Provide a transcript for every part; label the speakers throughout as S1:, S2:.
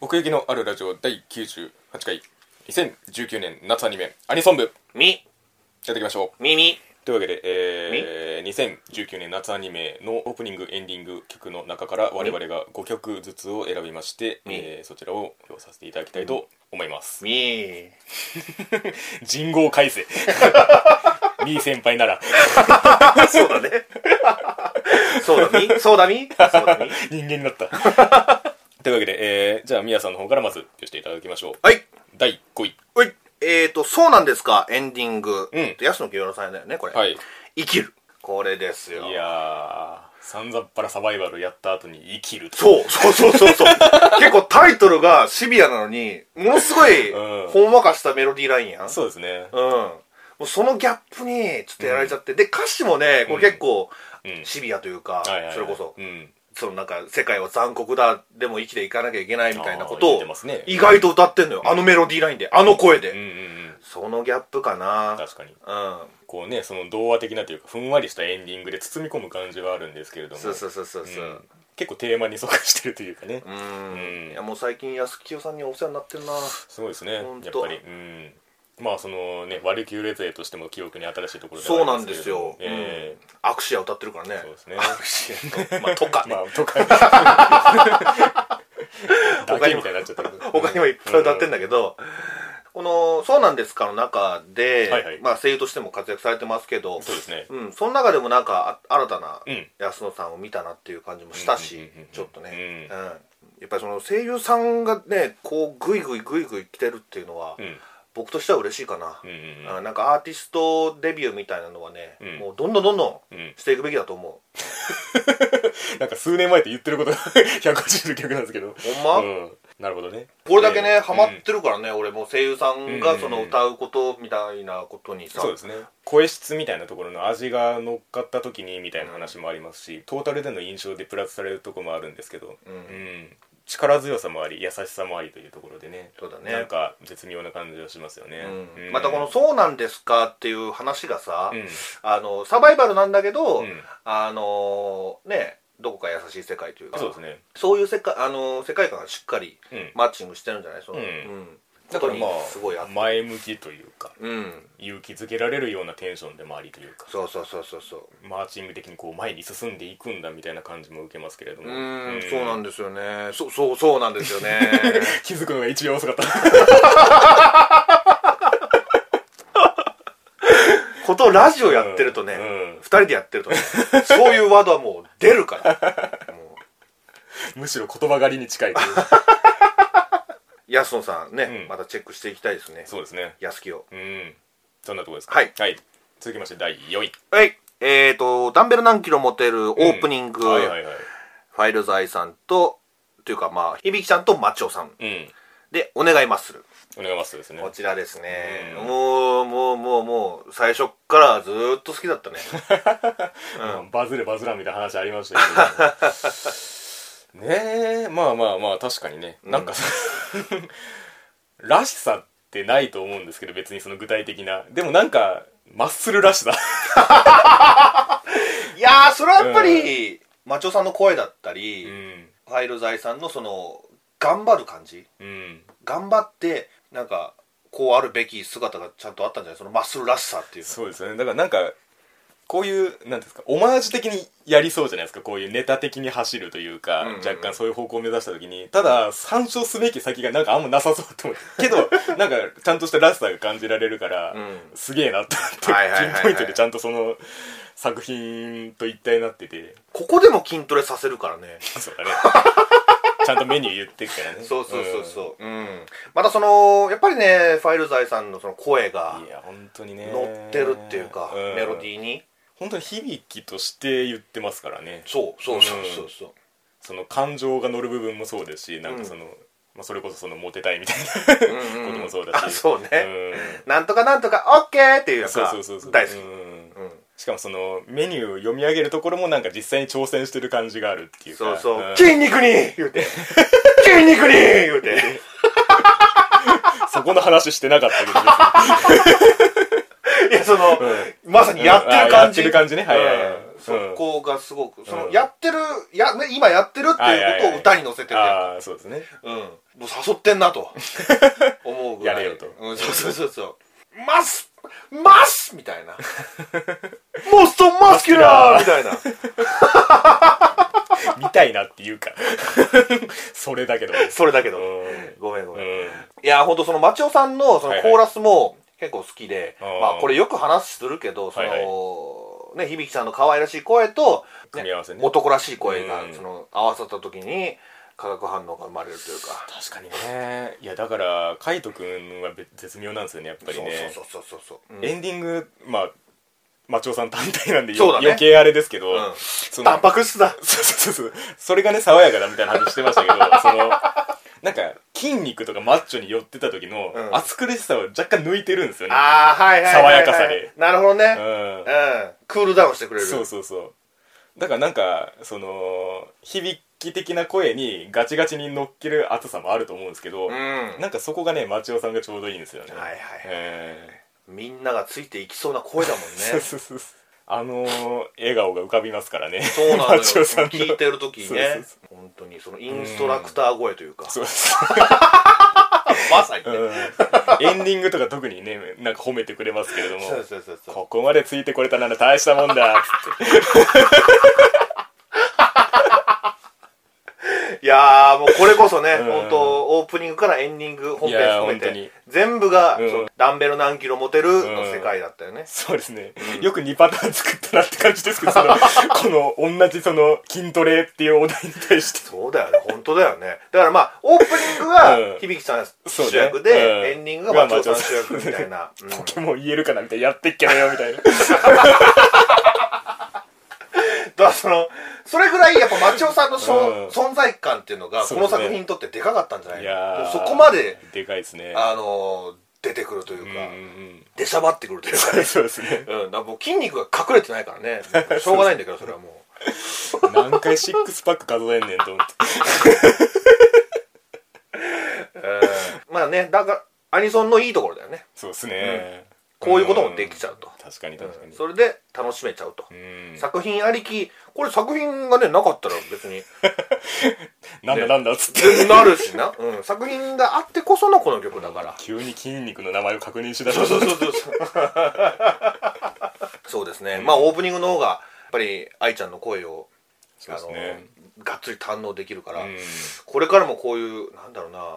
S1: 奥行きのあるラジオ第98回2019年夏アニメアニソン部や
S2: み、
S1: っていきましょう
S2: みみ。
S1: というわけで、えー、2019年夏アニメのオープニングエンディング曲の中から我々が5曲ずつを選びまして、
S2: み
S1: えーそちらを表させていただきたいと思います、
S2: み。
S1: 人号改 正みー先輩なら
S2: あ、 そ うだね。そうだみ。そうだみ。そうだみ。
S1: 人間になったというわけで、えー、じゃあみやさんの方からまず発表していただきましょう
S2: はい。
S1: 第5位
S2: はい。えーと、そうなんですか、エンディング。
S1: うん
S2: 安野清良さんだよね、これ。
S1: はい
S2: 生きる。これですよ。
S1: いやーさんざっぱらサバイバルやった後に生きると
S2: そう、そうそうそ うそう。結構タイトルがシビアなのに、ものすごい、
S1: うん
S2: ほんわかしたメロディーラインやん。
S1: そうですね
S2: うん。もうそのギャップに、ちょっとやられちゃって。で、歌詞もね、これ結構
S1: うん、
S2: シビアというか、
S1: はいはいはい
S2: それこそ
S1: う、ん
S2: そのなんか、世界は残酷だ、でも生きていかなきゃいけないみたいなこ
S1: あ
S2: と
S1: ー言っ
S2: を
S1: て、ますね
S2: 意外と歌ってんのよ。あのメロディーラインで、あの声
S1: うんう
S2: で。
S1: んうん
S2: そのギャップかな。
S1: 確かに
S2: うん。
S1: こうねその童話的なというかふんわりしたエンディングで包み込む感じはあるんですけれども。
S2: そうそうそうそうそううん
S1: 結構テーマに沿化してるというかね
S2: う
S1: うん
S2: ん。いや、もう最近、安清さんにお世話になってるな。
S1: すごいですねやっ
S2: ほんと
S1: ぱりうんまあそのねワルキューレ勢としても記憶に新しいところ
S2: そう
S1: はあ
S2: な
S1: る
S2: んです
S1: けれども
S2: よ。
S1: え
S2: うんアクシア歌ってるからね。
S1: そうですね
S2: アクシア。まあ、とか
S1: え
S2: ね
S1: ま。あとかだ けみたいになっちゃったけど
S2: 他にもいっぱい歌ってんだ
S1: け
S2: けど、この「そうなんですか」の中で、
S1: はいはい
S2: まあ、声優としても活躍されてますけど
S1: そうですね
S2: ん、その中でもなんかあ新たな
S1: うん
S2: 安野さんを見たなっていう感じもしたし、
S1: うんうんうんうん
S2: ちょっとね、
S1: う
S2: うんやっぱりその声優さんがねこうグイグイグイグイ来てるっていうのは、
S1: うん
S2: 僕としては嬉しいかな、
S1: うんうん
S2: あなんかアーティストデビューみたいなのはね、
S1: うん
S2: もうどんどんどんど
S1: うんうん
S2: んしていくべきだと思う
S1: なんか数年前って言ってることが 180曲なんですけど
S2: ほんま、
S1: うん、なるほどね
S2: これだけね、
S1: うん
S2: ハマってるからね、俺も声優さんがそ
S1: うん
S2: の
S1: うん
S2: 歌うことみたいなことにさ、
S1: そうですね声質みたいなところの味が乗っかった時にみたいな話もありますしトータルでの印象でプラスされるところもあるんですけど、
S2: うん
S1: 力強さもあり優しさもありというところでね
S2: そうだね
S1: なんか絶妙な感じがしますよね、うん
S2: またこの「そうなんですか」っていう話がさ、
S1: うん
S2: あのサバイバルなんだけど、
S1: うん
S2: あのねどこか優しい世界というか
S1: そうですね
S2: そういう世界あの世界観がしっかり
S1: うん
S2: マッチングしてるんじゃないその、
S1: うん
S2: だ
S1: だ
S2: か
S1: からら
S2: ま
S1: まあ
S2: あすごいあ
S1: 前向きというか
S2: うん
S1: 勇気づけられるようなテンションでもありというか
S2: そうそうそうそうそう
S1: マーチング的にこう前に進んでいくんだみたいな感じも受けますけれども
S2: うーん、そうなんですよねそそうそうなんですよね
S1: 気づくのが一番遅かった
S2: ことラジオやってるとね、
S1: う
S2: 二
S1: んうん
S2: 人でやってるとねそういうワードはもう出るから もう
S1: むしろ言葉狩りに近 いという
S2: 安野さんね、
S1: うん
S2: またチェックしていきたいですね
S1: そうですね
S2: 安清
S1: うんそんなとこですか
S2: はい
S1: 続きまして第4位
S2: はい。えーと、ダンベル何キロ持てるオープニング、
S1: はいはいはい
S2: ファイルザイさんと、というかまあ、響ちゃんとマチオさん
S1: うん
S2: で、お願いマッスル。
S1: お願いしますですね
S2: こちらですね。
S1: うん
S2: もう、もう、もう、もう、最初っからずーっと好きだったね。
S1: まあバズるバズらんみたいな話ありましたけ どねえまあまあまあ確かにねなんか、 らしさってないと思うんですけど別にその具体的なでもなんかマッスルらしさ
S2: いやー、それはやっぱり、マチオさんの声だったり、
S1: うん
S2: ファイルザイさんのその、頑張る感じ。
S1: うん
S2: 頑張って、なんか、こうあるべき姿がちゃんとあったんじゃないそのマッスルらしさっていう。
S1: そうですよねだからなんかこういうなんていうんですかオマージュ的にやりそうじゃないですかこういうネタ的に走るというか、
S2: うんうんうん
S1: 若干そういう方向を目指した時にただ参照すべき先がなんかあんまなさそうと思うけ どなんかちゃんとしたらしさが感じられるから、
S2: うん
S1: すげえなと思
S2: はいはいはい
S1: っ
S2: は
S1: てピン
S2: い
S1: ポイントでちゃんとその作品と一体になってて
S2: ここでも筋トレさせるからね。
S1: そう だねちゃんとメニュー言ってくからね
S2: そうそうそうそう、うんまたそのやっぱりねファイル財さんのその声が
S1: んいや本当にね
S2: 乗ってるっていうか、
S1: ん
S2: メロディーに
S1: 本当に響きとして言ってますからね
S2: そうそうそうそうそう、
S1: その感情が乗る部分もそうですしなんかその、まあ、それこそそのモテたいみたいな
S2: うん
S1: こともそうだし、
S2: あそうね、
S1: うん
S2: なんとかなんとかオッケーっていうやつ
S1: そう
S2: が
S1: そうそうそう
S2: 大好き
S1: うん
S2: うん
S1: しかもそのメニューを読み上げるところもなんか実際に挑戦してる感じがあるっていうか
S2: そうそう、
S1: ん
S2: 筋肉に言う て筋肉に言うて
S1: そこの話してなかったけど
S2: いやその、
S1: う
S2: まさにやってる感じ
S1: あやってる感じねはいはいはい
S2: うんそこがすごく、その
S1: うん
S2: やってるや、ね、今やってるっていうことを歌に乗せてるやん
S1: ああそうですね
S2: うん、もう誘ってん なと思うぐらい
S1: やれよと
S2: うん、そうそうそうそう「マスマス!」み たいな「モストマスキュラー!」みたいな
S1: 見たいなっていうか それだけど
S2: それだけど、
S1: う
S2: ごめんごめん、
S1: ん
S2: い
S1: うん
S2: やほんとその町尾さんのその
S1: はいはい
S2: コーラスも結構好きで、
S1: あー
S2: まあこれよく話するけどその、
S1: はい
S2: ね響さんの可愛らしい声と、
S1: 組み合わせね
S2: 男らしい声が、
S1: うん
S2: その合わさった時に化学反応が生まれるというか
S1: 確かにねいやだから海斗くんは別絶妙なんですよねやっぱりね
S2: そうそうそうそうそう、うん
S1: エンディングまあ町尾さん単体なんでよ
S2: そうだね
S1: 余計あれですけど、
S2: うん
S1: その
S2: タンパク質だ
S1: そうそうそうそうそれがね爽やかだみたいな話してま したけどそのなんか筋肉とかマッチョに寄ってた時の
S2: うん
S1: 暑苦しさを若干抜いてるんですよね、
S2: ああはいはいはい、はい、
S1: 爽やかさで
S2: なるほどね、
S1: うん
S2: うん、クールダウンしてくれる
S1: そうそうそうだからなんかその響き的な声にガチガチに乗っける熱さもあると思うんですけど、
S2: うん
S1: なんかそこがね町尾さんがちょうどいいんですよね
S2: はいはいはい
S1: え
S2: みんながついていきそうな声だもんね
S1: ーそうそうそうそうあのー笑顔が浮かびますからね
S2: そうなのよ
S1: 町尾さんの
S2: 聞いてる時にね
S1: そうそう
S2: 本当にそのインストラクター声というか
S1: そうそう
S2: まさにね、
S1: うんエンディングとか特にねなんか褒めてくれますけれども
S2: そうそうそうそう
S1: ここまでついてこれたなら大したもんだつっ て
S2: いやーもうこれこそね、
S1: うん
S2: 本当オープニングからエンディング本編
S1: いやー
S2: 含め
S1: 本当に
S2: て全部が、
S1: うん
S2: そのダンベル何キロ持てるの世界だったよね、
S1: そうですね、よく2パターン作ったなって感じですけど そのこの同じその筋トレっていうお題に対して
S2: そうだよね本当だよねだからまあオープニングが
S1: うん
S2: 響さん主
S1: そうね
S2: 役で、
S1: うん
S2: エンディングが松尾さん主役みたいな、うん
S1: ポケモン言えるかなみたいなやってっけなよみたいな
S2: だからそのそれぐらいやっぱ町尾さんのそ、
S1: うん
S2: 存在感っていうのが
S1: そ
S2: こ
S1: うで
S2: の
S1: すね
S2: 作品にとってでかかったんじゃない
S1: い
S2: の
S1: やー
S2: そこまで、
S1: でかいですね
S2: あのー出てくるという
S1: うん
S2: か、
S1: うん
S2: 出しゃばってくるというか
S1: う
S2: ね
S1: んそうです ね
S2: うん、だからもう筋肉が隠れてないから ねしょうがないんだけどそれはも
S1: 何回シックスパック数えんねんと思って
S2: う、うんまあねだからアニソンのいいところだよね
S1: そうですね、
S2: こういうこともできちゃうと
S1: ん確かに確かに、
S2: それで楽しめちゃうと、
S1: うん
S2: 作品ありきこれ作品がねなかったら別に
S1: なんだなんだっつって
S2: 全然なるしな、うん、作品があってこそのこの曲だから
S1: 急に筋肉の名前を確認しだし
S2: そうそうそうそうですね、まあオープニングの方がやっぱり愛ちゃんの声を
S1: そうですね
S2: あのがっつり堪能できるから、
S1: うん
S2: これからもこういうなんだろうな、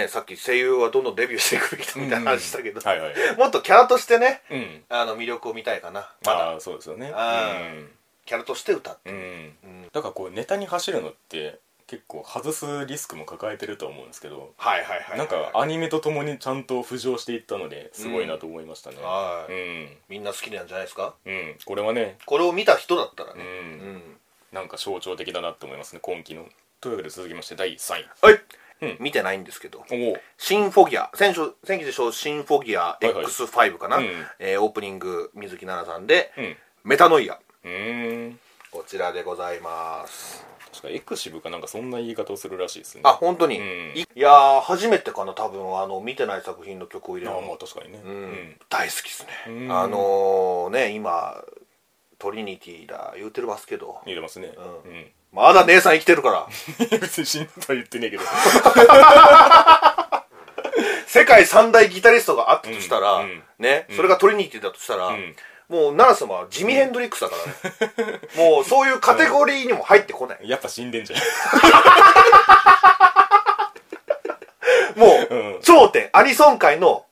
S2: ね、さっき声優はどんどんデビューしていくべきだみたいな話したけど、
S1: はいはい
S2: もっとキャラとしてね
S1: うん
S2: あの魅力を見たいかなまだ
S1: まあそうですよね
S2: あーキャラとして歌って
S1: うん、うん
S2: うん
S1: だからこうネタに走るのって結構外すリスクも抱えてるとは思うんですけど
S2: はいはいはいはい
S1: なんかアニメとともにちゃんと浮上していったのですごいなと思いましたね
S2: は
S1: う
S2: い
S1: ん
S2: みんな好きなんじゃないですか
S1: うんこれはね
S2: これを見た人だったら
S1: う
S2: ね、うん
S1: んなんか象徴的だなと思いますね今期のというわけで続きまして第3位
S2: はい、
S1: うん
S2: 見てないんですけど
S1: おお
S2: シンフォギア先週先期でしょシンフォギア
S1: いはい
S2: X5 かな、
S1: うん
S2: えーオープニング水木奈々さんで、
S1: うん
S2: メタノイア
S1: うーん
S2: こちらでございます
S1: 確かエクシブかなんかそんな言い方をするらしいですね
S2: あ本当に、
S1: うん
S2: いいやー初めてかな多分あの見てない作品の曲を入れ
S1: あ
S2: るの
S1: まあ確かにねう
S2: うん大好きですね、
S1: うん
S2: あのー、ね今トリニティだ言うてますけど
S1: 入れますねうんん
S2: まだ姉さん生きてるから
S1: 別に死んだとは言ってねえけど
S2: 世界三大ギタリストがあったとしたら、
S1: うんうん
S2: ね、それがトリニティだとしたら、
S1: ん
S2: もう奈良様はジミ・ヘンドリックスだからね、もうそういうカテゴリーにも入ってこない、
S1: やっぱ死んでんじゃん
S2: もう、
S1: うん
S2: 頂点アニソン界の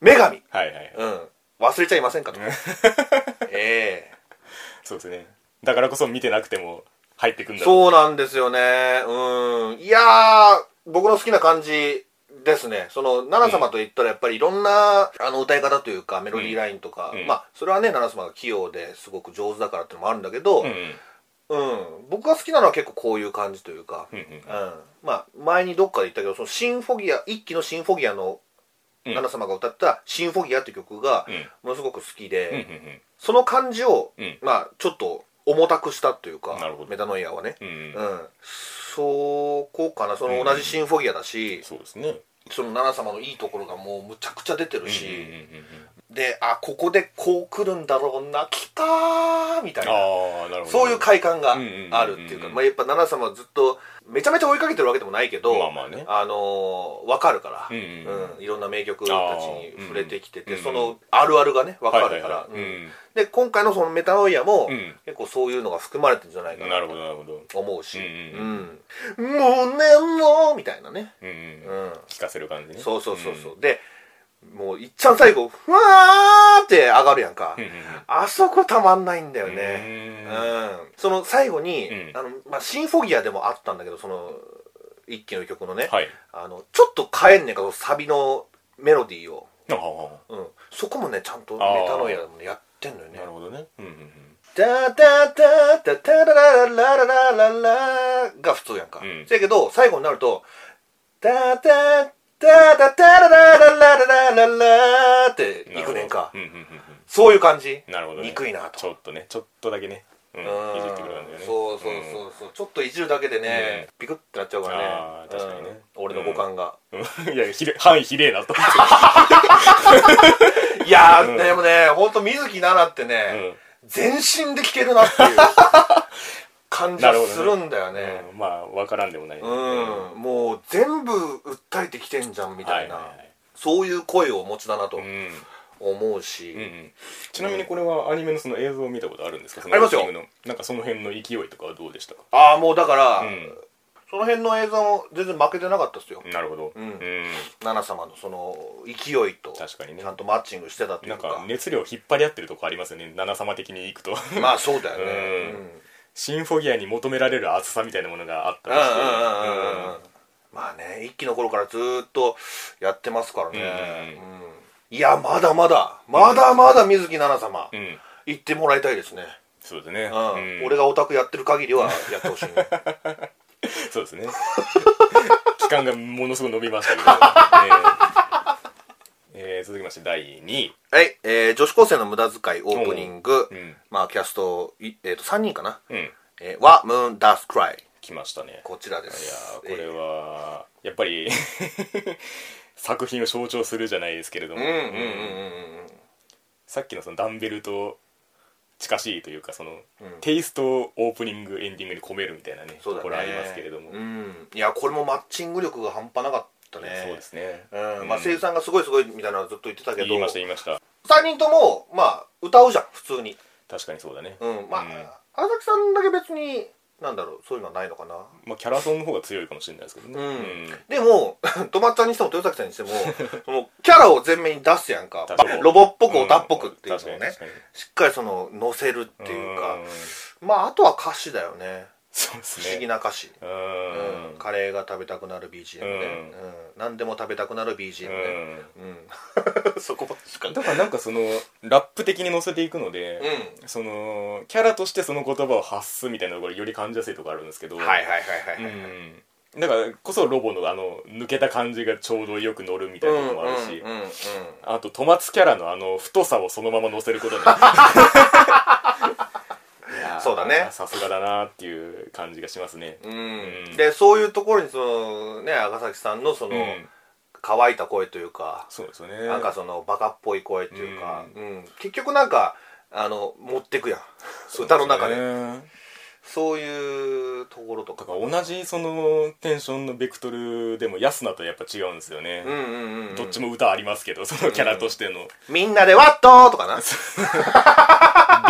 S2: 女神、
S1: はいはい、はい
S2: うん、忘れちゃいませんかとええ
S1: そうですねだからこそ見てなくても入ってくんだう
S2: そうなんですよね。うん。いやー、僕の好きな感じですね。その、奈良様と言ったらやっぱりいろんな、あの、歌い方というか、メロディーラインとか、
S1: うん
S2: まあ、それはね、奈良様が器用ですごく上手だからっていうのもあるんだけど、
S1: う
S2: うんん、僕が好きなのは結構こういう感じというか、
S1: う
S2: うんん。
S1: うん
S2: まあ、前にどっかで言ったけど、そのシンフォギア、一期のシンフォギア
S1: う
S2: の、
S1: ん
S2: 奈良様が歌った「シンフォギア」っていう曲が
S1: うん
S2: ものすごく好きで、
S1: うんうん
S2: その感じを、
S1: うん
S2: まあちょっと重たくしたというか
S1: なるほど
S2: メタノイアはね、
S1: うんうん
S2: うん、そこかなその同じシンフォギアだし、
S1: そうですね
S2: その奈々様のいいところがもうむちゃくちゃ出てるし、
S1: うんうんうんうん
S2: であここでこう来るんだろうな来たーみたいな
S1: ああなるほど
S2: そういう快感が
S1: うんうんうんうん
S2: あるっていうか、まあ、やっぱ奈々様はずっとめちゃめちゃ追いかけてるわけでもないけど、
S1: まあまあね
S2: あのー、分かるから、
S1: うんうん
S2: いろんな名曲たちに触れてきてて、
S1: あーうん
S2: そ
S1: うん
S2: のあるあるがね分かるから、
S1: はいはいはい
S2: うんで今回のそのメタノイアも、
S1: うん
S2: 結構そういうのが含まれてるんじゃない
S1: うん
S2: か
S1: な
S2: な
S1: るほどなるほど
S2: と思うし、
S1: うん
S2: うんもうねもうみたいなね、
S1: うん
S2: う
S1: うん
S2: ん、
S1: 聞かせる感じね
S2: そうそうそうそう、でもういっちゃん最後ふわーって上がるやんか、
S1: うんうんう
S2: あそこたまんないんだよ
S1: ん
S2: ねうん、
S1: うん
S2: その最後に、
S1: うん
S2: あのまあ、シンフォギアでもあったんだけどその一期の曲のね、
S1: はい
S2: あのちょっと変えんねんかそのサビのメロディーを、
S1: ああ
S2: うん、そこもねちゃんと
S1: あー
S2: メタノイアでもねやってんのよね
S1: なるほどねうんうん
S2: ダダダダダラララララララが普通やんか。
S1: うん
S2: せやけど、最後になると、ダダダダダラララララララって
S1: うん
S2: いくねんか
S1: う。んうんうん
S2: そういう感じ
S1: う。んなるほどね
S2: 憎いなと
S1: ちょっとねちょっとだけねうん
S2: う
S1: いじってくるんだよ
S2: ん
S1: ね
S2: そうそうそうそう。ちょっといじるだけでね、ビクってなっちゃうから
S1: あー。
S2: ね
S1: 確かにね
S2: うん俺の五感が。
S1: うん いやひれ範囲比例だと思って
S2: いや
S1: う
S2: ー、
S1: ん
S2: でもね、ほんと水木奈々ってね、
S1: る
S2: 全身で聴けるなっ ていう感じがするんだよね。
S1: うんまあわからんでもないね
S2: うん、もう全部訴えてきてんじゃんみたいな、
S1: はいはいはい
S2: そういう声をお持ちだなと
S1: うん
S2: 思うし、
S1: うんうんちなみにこれはアニメのその映像を見たことあるんですかその
S2: ありますよ
S1: オープニングのなんかその辺の勢いとかはどうでしたか
S2: ああもうだから、
S1: う
S2: その辺の映像も全然負けてなかったですよ、
S1: んなるほど
S2: うん
S1: うん
S2: 奈々様のその勢いと
S1: 確かにね
S2: ちゃんとマッチングしてたってい
S1: な
S2: うんか
S1: か熱量引っ張り合ってるとこありますよね七様的にいくと
S2: まあそうだよね、
S1: う
S2: うんん
S1: シンフォギアに求められる熱さみたいなものがあった
S2: うん
S1: りして
S2: うんうんうんうんまあね一期の頃からずーっとやってますからね、
S1: う
S2: うんいやまだまだまだまだ水木奈々様、
S1: うんうん
S2: 行ってもらいたいですね、
S1: そうですね
S2: うん
S1: うん
S2: 俺がオタクやってる限りはやってほし いね
S1: そうですね 期間がものすごい伸びましたけど えーえー続きまして第2位
S2: はい、えー女子高生の無駄遣いオープニング、
S1: うん
S2: まあ、キャスト、いえー、と3人かな、
S1: うん
S2: えー、はムーンダースクライ
S1: 来ましたね
S2: こちらで
S1: いや
S2: す
S1: ーこれ
S2: えー
S1: はやっぱり 作品を象徴するじゃないですけれども、
S2: うんうん
S1: うん
S2: うんうんうん
S1: さっきのそのダンベルと近しいというかその、
S2: うん
S1: テイストをオープニングエンディングに込めるみたいなね
S2: そうだ
S1: と
S2: ね
S1: ころありますけれども、
S2: うん、いやこれもマッチング力が半端なかったね
S1: そうですね、
S2: うんまあ、声優さんがすごいすごいみたいなのはずっと言ってたけど
S1: 言いました
S2: 3
S1: 言いました
S2: 人とも、まあ、歌うじゃん普通に、
S1: 確かにそうだね、
S2: うんまあ
S1: うん
S2: 荒崎さんだけ別になんだろうそういうのはないのかな
S1: まあ、キャラソンの方が強いかもしれないですけどね、
S2: うんでも、 トマッチャンにしても豊崎さんにして も、そのキャラを前面に出すやんか
S1: 確かに。
S2: ロボっぽく、オタっぽくっていう
S1: 確か
S2: のを
S1: に
S2: ね
S1: 確、かに
S2: しっかりその、乗せるっていうか
S1: ん、
S2: まあ、あとは歌詞だよね。
S1: そうですね
S2: 不思議な歌詞。
S1: う
S2: うん
S1: ん、
S2: カレーが食べたくなる BGM ね。うん何でも食べたくなる BGM ね。
S1: うん
S2: うん。そこばっか
S1: だからなんかそのラップ的に乗せていくので、
S2: う
S1: そのキャラとしてその言葉を発すみたいなところより感じやすいところあるんですけど
S2: ん。はいはいはいはいはい。
S1: うん、だからこそロボのあの抜けた感じがちょうどよく乗るみたいなこともあるし、
S2: うんうんうんうん
S1: あとトマツキャラのあの太さをそのまま乗せることにいやー
S2: そうだね
S1: さすがだなっていう感じがしますね
S2: うん
S1: うん
S2: でそういうところにそのね赤崎さんのその、
S1: うん
S2: 乾いた声というか
S1: そうですよね
S2: なんかそのバカっぽい声っていうか、うん結局なんかあの持ってくやん歌の中でそう,、
S1: ね
S2: いうところと
S1: だ
S2: か
S1: から同じそのテンションのベクトルでも安菜とやっぱ違うんですよね、
S2: うんうんうん
S1: どっちも歌ありますけどそのキャラとしての
S2: みんなでワットとかな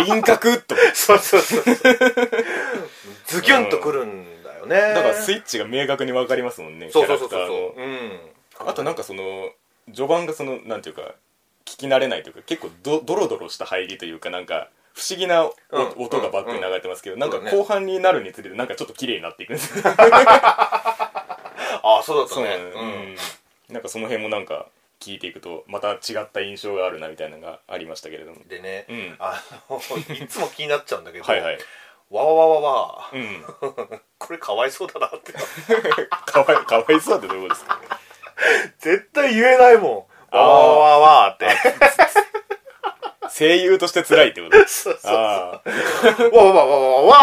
S1: 輪郭とか
S2: そうそうそうズキュンとくるんだよね
S1: だからスイッチが明確に分かりますもんね
S2: そうそうそう
S1: キ
S2: そ
S1: ャラクターの
S2: ううん
S1: あとなんかその序盤がそのなんていうか聞き慣れないというか結構ドドロドロした入りというかなんか不思議なお
S2: うん
S1: 音がバックに流れてますけど、なんか
S2: そうだね
S1: 後半になるにつれてなんかちょっと綺麗になっていくんですよ
S2: ああそうだった
S1: そうな
S2: ね
S1: のうんなんかその辺もなんか聞いていくとまた違った印象があるなみたいなのがありましたけれども
S2: でね、
S1: うん
S2: あのいつも気になっちゃうんだけど
S1: はいはい
S2: わわわわわ
S1: うん
S2: これかわいそうだなって
S1: かわい かわいそうってどういうことですか
S2: 絶対言えないもん
S1: あー
S2: わわわわわって
S1: 声優として辛いってこと
S2: そうそ
S1: ああ
S2: うわわわわわわ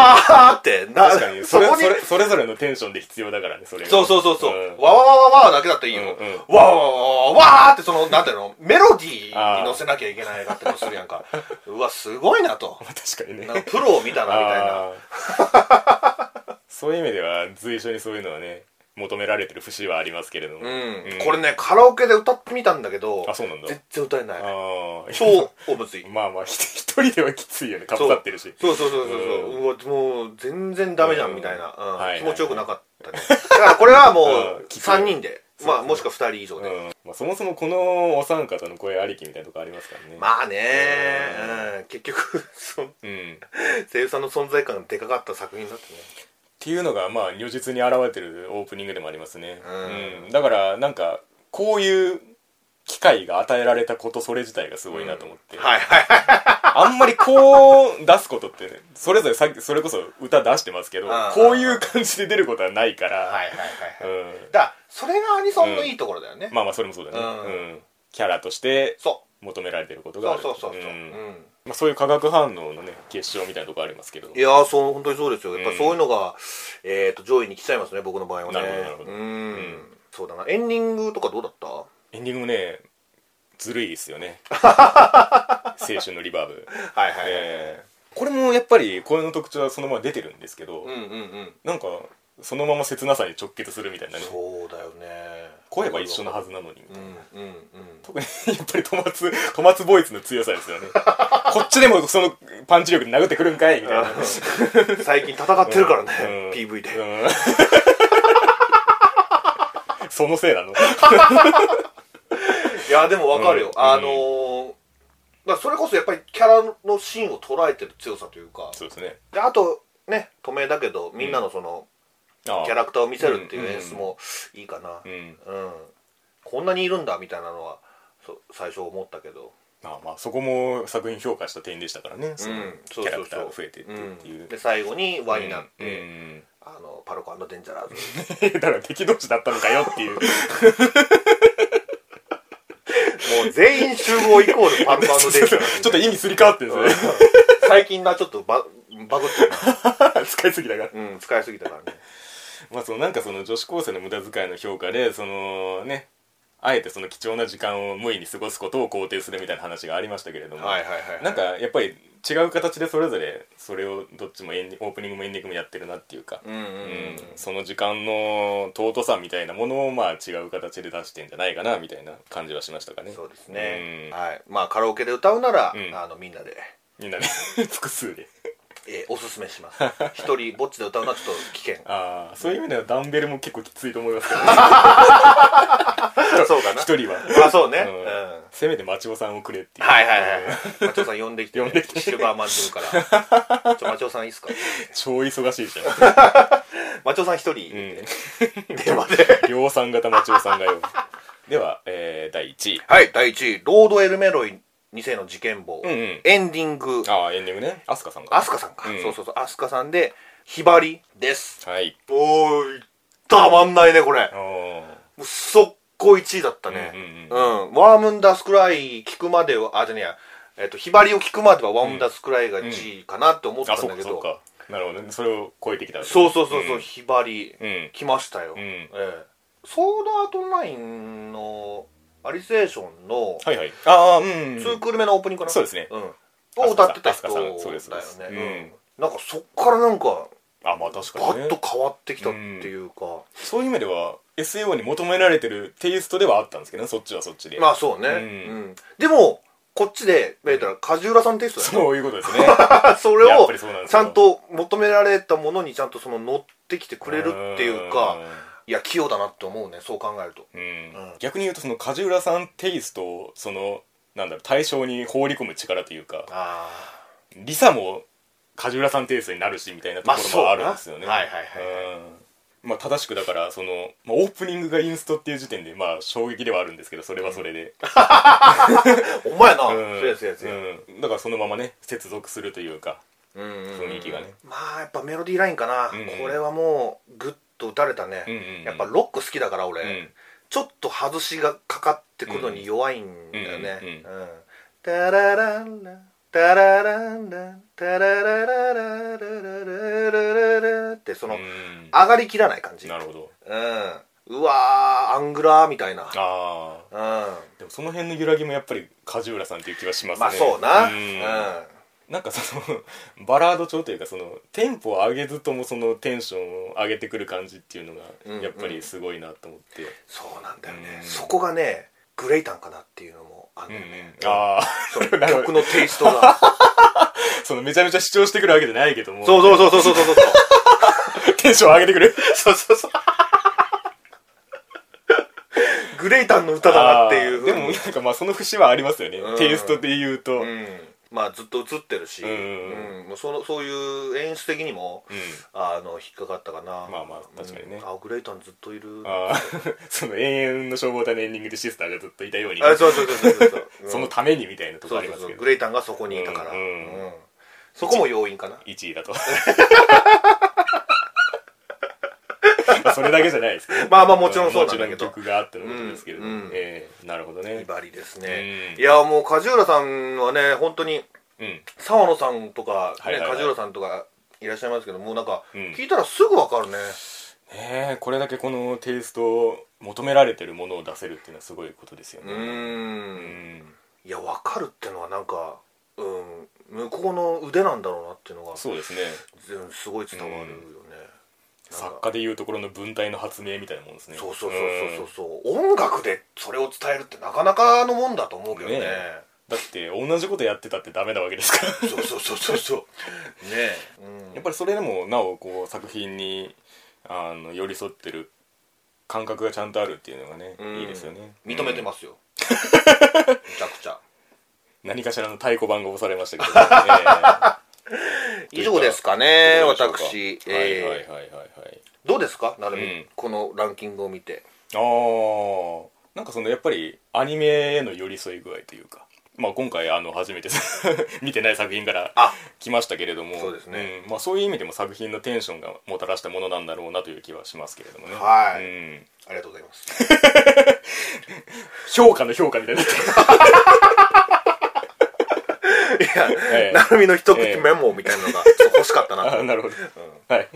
S2: ーってな
S1: 確かにそれ
S2: こ
S1: そ
S2: に
S1: れそれぞれのテンションで必要だからねそれが
S2: そうそうそうそう、
S1: ん
S2: わわわわわだけだっていいよ、
S1: うんうん
S2: わわわわわわーってそのなんていうのメロディーに乗せなきゃいけないなってのするやんかうわすごいなと
S1: 確かにね
S2: なんかプロを見たなみたいな
S1: あーそういう意味では随所にそういうのはね求められてる節はありますけれども、
S2: うん、
S1: うん
S2: これねカラオケで歌ってみたんだけど
S1: あそうなんだ
S2: 全然歌えない
S1: ああ
S2: 超 お物い
S1: まあまあひ一人ではきついよねかっさってるし
S2: そうそうそうそうそう,、うわもう全然ダメじゃんみたいな、
S1: うん
S2: うん
S1: はいはい
S2: 気持ちよくなかったねだからこれはも
S1: うん
S2: う
S1: きつい
S2: 3人で
S1: そう
S2: まあもしくは2人以上
S1: う
S2: で、
S1: んまあ、そもそもこのお三方の声ありきみたいなとこありますからね
S2: まあね
S1: う
S2: うん、結局その
S1: うん
S2: 声優さんの存在感がでかかった作品だったね
S1: っていうのがまあ如実に現れてるオープニングでもありますね、
S2: うん
S1: うんだからなんかこういう機会が与えられたことそれ自体がすごいなと思って、
S2: はいはいはい
S1: あんまりこう出すことってねそれぞれさっきそれこそ歌出してますけど
S2: うんうんうん
S1: こういう感じで出ることはないから、
S2: はいはいはいは
S1: う
S2: い
S1: ん、
S2: だからそれがアニソンのいいところだよね、
S1: まあまあそれもそうだね、
S2: うん
S1: うんキャラとして
S2: そ
S1: 求められてること
S2: う
S1: があ
S2: そう
S1: る
S2: そうそうそう、
S1: ん
S2: うん
S1: まあ、そういう化学反応のね結晶みたいなとこありますけど
S2: いやーそう本当にそうですよや
S1: う
S2: っ
S1: ん
S2: ぱそういうのが、えー、と上位に来ちゃいますね僕の場合は
S1: な
S2: ね
S1: るほどなるほど
S2: うーん、
S1: ん
S2: そうだなエンディングとかどうだったは
S1: エンディングもねずるいですよ ね青春のリバーブ
S2: いはい、
S1: えーこれもやっぱり声の特徴はそのまま出てるんですけど、
S2: うんうんうん
S1: なんかそのまま切なさに直結するみたいなね
S2: そうだよね
S1: 声は一緒なはずなのに、
S2: うんうんうん
S1: 特に やっぱりトマツトマツボイスの強さですよねこっちでもそのパンチ力で殴ってくるんかいみたいな
S2: 最近戦ってるからね、
S1: うん
S2: PV で、
S1: うんそのせいなの
S2: いやでもわかるよ、
S1: うん
S2: あのーまあ、それこそやっぱりキャラのシーンを捉えてる強さというか
S1: そうですね
S2: であとね透明だけどみんなのその、
S1: ああ
S2: キャラクターを見せるっていう演出もいいかな
S1: うん
S2: うん、こんなにいるんだみたいなのはそ最初思ったけど
S1: まあまあそこも作品評価した点でしたからねそのキ
S2: そうそうそ
S1: ャ
S2: う
S1: ラクターが増えてってっていう
S2: うんで最後に輪になっ
S1: うん
S2: て、あのパルコデンジャラーズ
S1: うんだから敵同士だったのかよっていう
S2: もう全員集合イコールパルコデンジャラーズ
S1: ちょっと意味すり替わってるん ですね
S2: 最近なちょっとババグってる
S1: 使いすぎだから
S2: な、うん、使いすぎたからね
S1: まあそのなんかその女子高生の無駄遣いの評価でそのねあえてその貴重な時間を無意に過ごすことを肯定するみたいな話がありましたけれども、
S2: はいはいはい
S1: なんかやっぱり違う形でそれぞれそれをどっちもエンディオープニングもエンディングもやってるなっていうか、
S2: うんうん、うん
S1: うんその時間の尊さみたいなものをまあ違う形で出してんじゃないかなみたいな感じはしましたかね
S2: そうですね、
S1: うん
S2: はいまあカラオケで歌うなら、
S1: うん
S2: あのみんなで、
S1: みんなね複数で
S2: えーおすすめします 一人ぼっちで歌うのはちょっと危険
S1: ああそういう意味ではダンベルも結構きついと思いますけど、ね、
S2: そうかな
S1: 一人は、
S2: まあそうね、
S1: うん
S2: うん
S1: せめて町尾さんをくれっていう
S2: はいはいはい。マチョさん呼んできて、
S1: 呼んできて
S2: シルバーマンズから。ちょ、マチョさんいいっすか
S1: 超忙しいじゃん
S2: マチョさん一人、電話で。
S1: 量産型町尾さんがよでは、えー、第1位
S2: はい、第1位、ロード・エルメロイ2世の事件簿、
S1: うんうん
S2: エンディング、
S1: ああエンディングね飛鳥さんが
S2: アスカさんか、
S1: うん
S2: そうそうそう、アスカさんで、ひばりです。
S1: はい
S2: おーい、たまんないね、これ
S1: あ。ー
S2: もう速攻1位だったね。
S1: う
S2: うんワームンダースクライ聞くまでは、あ、じゃねえや、えっと、ひばりを聞くまではワームンダースクライが1位かなって思った
S1: あ
S2: ん
S1: そ
S2: だ
S1: っ
S2: け
S1: か
S2: ど、
S1: そっかなるほどねそれを超えてきたわけ
S2: そうそうそうそう、
S1: ん
S2: ひばり、
S1: うん
S2: 来ましたよ、
S1: うん
S2: ええソードアートオンラインのアリセーションの
S1: はいはいああうん
S2: 2クール目のオープニングかな、
S1: そうですね
S2: うん、を歌ってた人
S1: 飛
S2: だよ
S1: 鳥
S2: ね
S1: さんそうですそうです
S2: うんなんかそっからなんか
S1: あまあ確
S2: バ
S1: かに
S2: ッ
S1: ね
S2: と変わってきたっていうか、
S1: そういう意味では SAO に求められてるテイストではあったんですけどねそっちはそっちで
S2: まあそうね、
S1: うん
S2: うんでもこっちで言ったら梶浦さんテイストだよね
S1: そういうことですね
S2: それ
S1: やっ
S2: を
S1: ぱりそうなんですよ
S2: ちゃんと求められたものにちゃんとその乗ってきてくれるっていうかいや器用だなって思うねそう考えると
S1: うん、
S2: うん
S1: 逆に言うとその梶浦さんテイストをそのなんだろう対象に放り込む力というか
S2: ああ
S1: リサも梶浦さんテイストになるしみたいなところもあるんですよね、
S2: まあそうだなはいはい
S1: うんまあ正しくだからその、まあ、オープニングがインストっていう時点でまあ衝撃ではあるんですけどそれはそれで、
S2: お前な、
S1: うん
S2: そうやそうやそうや、
S1: うんだからそのままね接続するというか
S2: 雰
S1: 雰囲気がね
S2: まあやっぱメロディーラインかな、
S1: うんうん
S2: これはもうグッと打たれたね、
S1: うんうんうん
S2: やっぱロック好きだから俺、
S1: うん
S2: ちょっと外しがかかってくるのに弱いんだよね、
S1: うん
S2: うんタラランランタラランランタララララララララララってその
S1: うん
S2: 上がりきらない感じ
S1: なるほど
S2: うんうわーアングラーみたいな
S1: ああ
S2: うんま
S1: でもその辺の揺らぎもやっぱり梶浦さんっていう気はしますね
S2: あそうな
S1: う
S2: うん
S1: んなんかそのバラード調というかそのテンポを上げずともそのテンションを上げてくる感じっていうの
S2: うんうん
S1: がやっぱりすごいなと思って、
S2: そうなんだよね
S1: うん
S2: そこがねグレイタンかなっていうのもあ
S1: うん
S2: る
S1: うん
S2: よね
S1: ああ
S2: そう
S1: なるほど
S2: 曲のテイスト が
S1: そのめちゃめちゃ主張してくるわけじゃないけども
S2: そうそうそうそうそうそうそう
S1: テンション上げてくる
S2: そうそうそう。 グレイタンの歌だなっていう
S1: あーでもなんかまあその節はありますよね、
S2: うん
S1: テイストで言うと、
S2: うん、まあずっと映ってるし、
S1: うんうん
S2: うんもうそのそういう演出的にも、
S1: うん
S2: あの引っかかったかな
S1: まあまあ確かにね
S2: うんあグレイタンずっといるあ
S1: ああ その永遠の消防隊のエンディングでシスターがずっといたように
S2: そうそうそうそうそう、う ん
S1: そのためにみたいなとこ
S2: そ
S1: あ
S2: う
S1: り
S2: そ
S1: ま
S2: う
S1: す
S2: そ
S1: け
S2: う
S1: ど
S2: グレイタンがそこにいたから、
S1: うんうん
S2: うんそこも要因かな
S1: 1位だと まあそれだけじゃないですけどね
S2: まあまあもちろんそうなんだけ
S1: もちろ
S2: ど
S1: 曲があってのことですけれども、
S2: うんうん
S1: ええなるほど
S2: 威
S1: ね
S2: 張りですね、
S1: うん
S2: いやもう梶浦さんはね本当に
S1: うん
S2: 沢野さんとか、ね
S1: はいはいはい
S2: 梶浦さんとかいらっしゃいますけどもうなんか、
S1: うん
S2: 聞いたらすぐわかるね
S1: ねえこれだけこのテイストを求められてるものを出せるっていうのはすごいことですよ
S2: う
S1: ね
S2: ーん
S1: うん
S2: いやわかるってのはなんか、うん、向こうの腕なんだろうなっていうのが
S1: そうですね
S2: うんすごい伝わるよね、なん
S1: 作
S2: か
S1: 家でいうところの文体の発明みたいなもんですね
S2: そうそうそうそうそう、音楽でそれを伝えるってなかなかのもんだと思うけどね
S1: ねだって同じことやってたってダメなわけですから
S2: そうそうそうそうそう ねえ、
S1: やっぱりそれでもなおこう作品にあの寄り添ってる感覚がちゃんとあるっていうのがね、
S2: うん
S1: いいですよね
S2: 認めて
S1: す、
S2: ますよ、めちゃくちゃ
S1: うん何かしらの太鼓判が押されましたけど、ね
S2: 以上ですかね
S1: どうでしょうか
S2: 私、え
S1: はい
S2: ー
S1: はいはいはいはい
S2: どうですかなるみ、
S1: うん
S2: このランキングを見て
S1: あーなんかそのやっぱりアニメへの寄り添い具合というかまあ今回あの初めて 見てない作品から
S2: あ
S1: 来ましたけれども
S2: そうですね
S1: うんまあ、そういう意味でも作品のテンションがもたらしたものなんだろうなという気はしますけれどもね
S2: はい
S1: うん
S2: ありがとうございます
S1: 評価の評価みたいに なって
S2: いや、
S1: ええ
S2: なるみの一口メモみたいなのがちょっと欲しかったなと、
S1: あなるほど、はい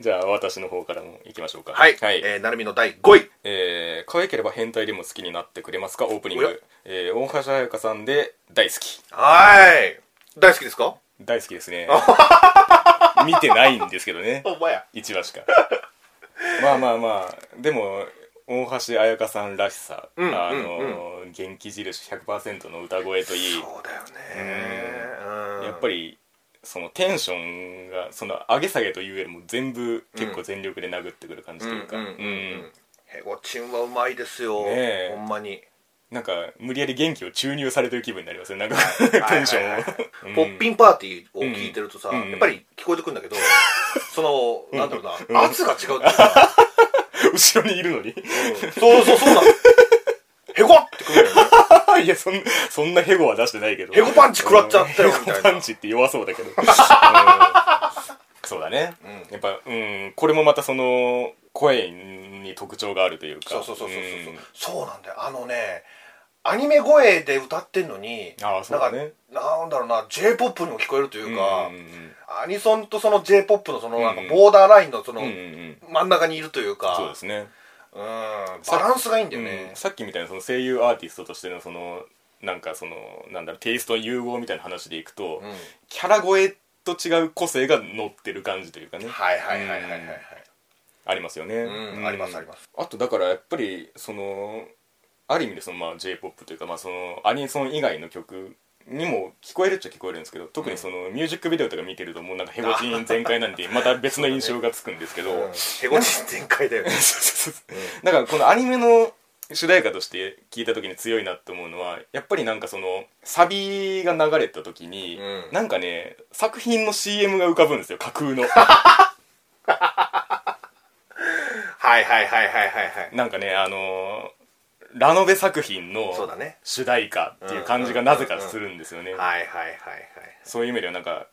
S1: じゃあ私の方からもいきましょうか
S2: はい、えーなるみの第5位
S1: えー可愛ければ変態でも好きになってくれますかオープニン
S2: おや
S1: グ、えー、大橋彩香さんで大好き
S2: はい大好きですか
S1: 大好きです ね見てないんですけどね
S2: お前や
S1: 1話しかまあまあまあでも大橋彩香さんらしさ、
S2: うん
S1: あのー元気印100%の歌声といい
S2: そうだよねうん
S1: やっぱりそのテンションがその上げ下げというよりも全部結構全力で殴ってくる感じ
S2: う
S1: と
S2: んうん
S1: いうか、
S2: うん
S1: うん
S2: へごちんはうまいですよ、
S1: ねえ
S2: ほんまに
S1: なんか無理やり元気を注入されてる気分になりますねなんか
S2: はい
S1: テンシ
S2: は
S1: ョ
S2: い
S1: ン
S2: は
S1: を
S2: いポッピンパーティーを聞いてるとさ、
S1: うん
S2: やっぱり聞こえてくるんだけ ど、そのなんだろうな、圧が違うっていうか、
S1: 後ろにいるのに
S2: うんそうそうそうなのへこってくるよね
S1: いやそんそんなヘゴは出してないけど
S2: へこパンチ食らっちゃったよみたいな
S1: ヘゴパンチって弱そうだけどうんそうだね、やっぱうんこれもまたその声に特徴があるというか
S2: そうそうそうそうそううんそう、そうなんだよあのねアニメ声で歌ってんのに
S1: ああそうだね
S2: なんかなんだろうな j p o p にも聞こえるというか、
S1: うんうんうん
S2: アニソンとその j p o p のそのなんか
S1: うん
S2: ボーダーラインのその
S1: うんうんうん
S2: 真ん中にいるというか、
S1: そうですね
S2: うんバランスがいいんだよね
S1: うん、さっきみたいなその声優アーティストとしてのそのなんかそのなんだろうテイストの融合みたいな話でいくと、
S2: うん
S1: キャラ声と違う個性が乗ってる感じというかね
S2: はいはいはいはいはいはい
S1: ありますよね、
S2: うんありますあります
S1: あとだからやっぱりそのある意味でそのまあ j p o p というかまあそのアニソン以外の曲にも聞こえるっちゃ聞こえるんですけど特にそのミュージックビデオとか見てるともうなんかヘゴチン全開なんでまた別の印象がつくんですけど、
S2: うんへごち全開だよね
S1: そうそうそうだからこのアニメの主題歌として聞いた時に強いなと思うのはやっぱりなんかそのサビが流れた時に、
S2: うん
S1: なんかね作品の CM が浮かぶんですよ架空の
S2: はいはいはいはいはいはい
S1: なんかねあのーラノベ作品の
S2: そうだね
S1: 主題歌っていう感じがなぜかするんですよね
S2: はいはいはいはい
S1: そういう意味ではなんか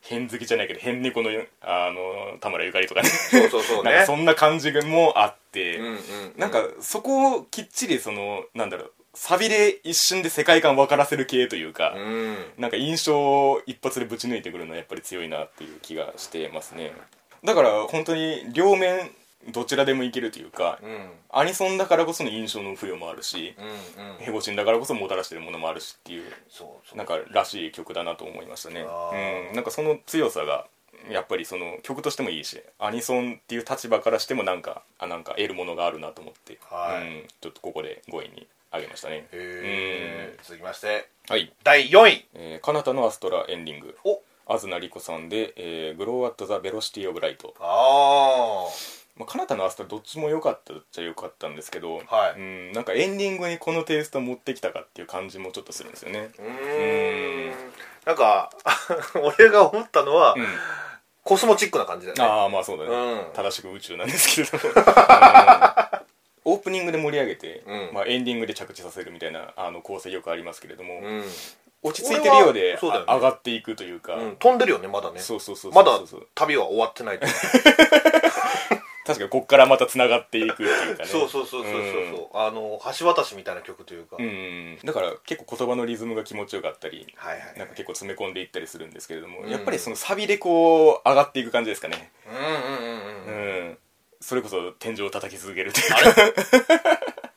S1: 変好きじゃないけど変猫のよあの田村ゆかりとかね
S2: そうそうそうね
S1: なんかそんな感じもあって、
S2: うんうん
S1: なんかそこをきっちりそのなんだろうサビで一瞬で世界観分からせる系というか、
S2: うん
S1: なんか印象を一発でぶち抜いてくるのはやっぱり強いなっていう気がしてますねだから本当に両面どちらでもいけるというか、
S2: うんうん
S1: アニソンだからこその印象の付与もあるし、
S2: うん
S1: ヘボチンだからこそもたらしてるものもあるしっていう
S2: そうそう
S1: なんからしい曲だなと思いましたね
S2: あー
S1: うんなんかその強さがやっぱりその曲としてもいいしアニソンっていう立場からしてもなんかあなんか得るものがあるなと思って、
S2: はい
S1: うん、ちょっとここで5位に上げましたね
S2: へえ続きまして
S1: はい
S2: 第4位
S1: えー「彼方のアストラ」エンディング
S2: お
S1: 東莉子さんで「えー、Grow at the Velocity of Light」
S2: あ
S1: まあ、彼方のアストラどっちも良かったっちゃ良かったんですけど、
S2: は
S1: う
S2: い
S1: ん、なんかエンディングにこのテイスト持ってきたかっていう感じもちょっとするんですよね
S2: あうーんなんか 俺が思ったのは、
S1: うん
S2: コスモチックな感じだよね
S1: ああまあそうだね、
S2: うん
S1: 正しく宇宙なんですけれ どもあのオープニングで盛り上げて、
S2: うん
S1: まあ、エンディングで着地させるみたいなあの構成よくありますけれども、
S2: うん、
S1: 落ち着いてるよう
S2: これ
S1: で
S2: はそうだよね
S1: あ上がっていくというか、
S2: うん、飛んでるよねまだね
S1: そうそうそうそう
S2: まだ
S1: そうそう
S2: 旅は終わってないという
S1: 確かにこっからまたつながっていくっていうかね
S2: そうそうそうそうそうそう、あの橋渡しみたいな曲というか、
S1: うん、うんだから結構言葉のリズムが気持ちよかったり
S2: はいはい
S1: なんか結構詰め込んでいったりするんですけれども、
S2: うん
S1: やっぱりそのサビでこう上がっていく感じですかね
S2: うんうんうん
S1: う、
S2: うんん、
S1: それこそ天井を叩き続けるというか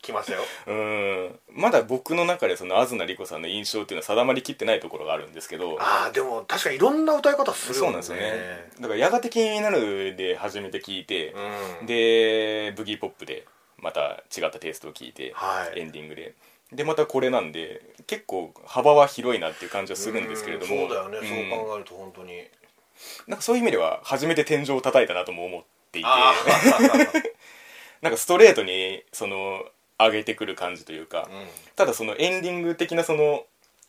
S2: 来ましたよ
S1: うんまだ僕の中でその東莉子さんの印象っていうのは定まりきってないところがあるんですけど
S2: ああでも確かにいろんな歌い方する
S1: そう
S2: よ
S1: なん
S2: ね
S1: ですよねだからやがて気になるで初めて聞いて、
S2: うん
S1: でブギーポップでまた違ったテイストを聞いて、
S2: はい
S1: エンディングででまたこれなんで結構幅は広いなっていう感じはするんですけれども
S2: うんそうだよね、
S1: ん
S2: そう考えると本当に
S1: なんかそういう意味では初めて天井を叩いたなとも思っていて
S2: あ
S1: なんかストレートにその上げてくる感じというか、
S2: あ、うん、
S1: ただそのエンディング的なその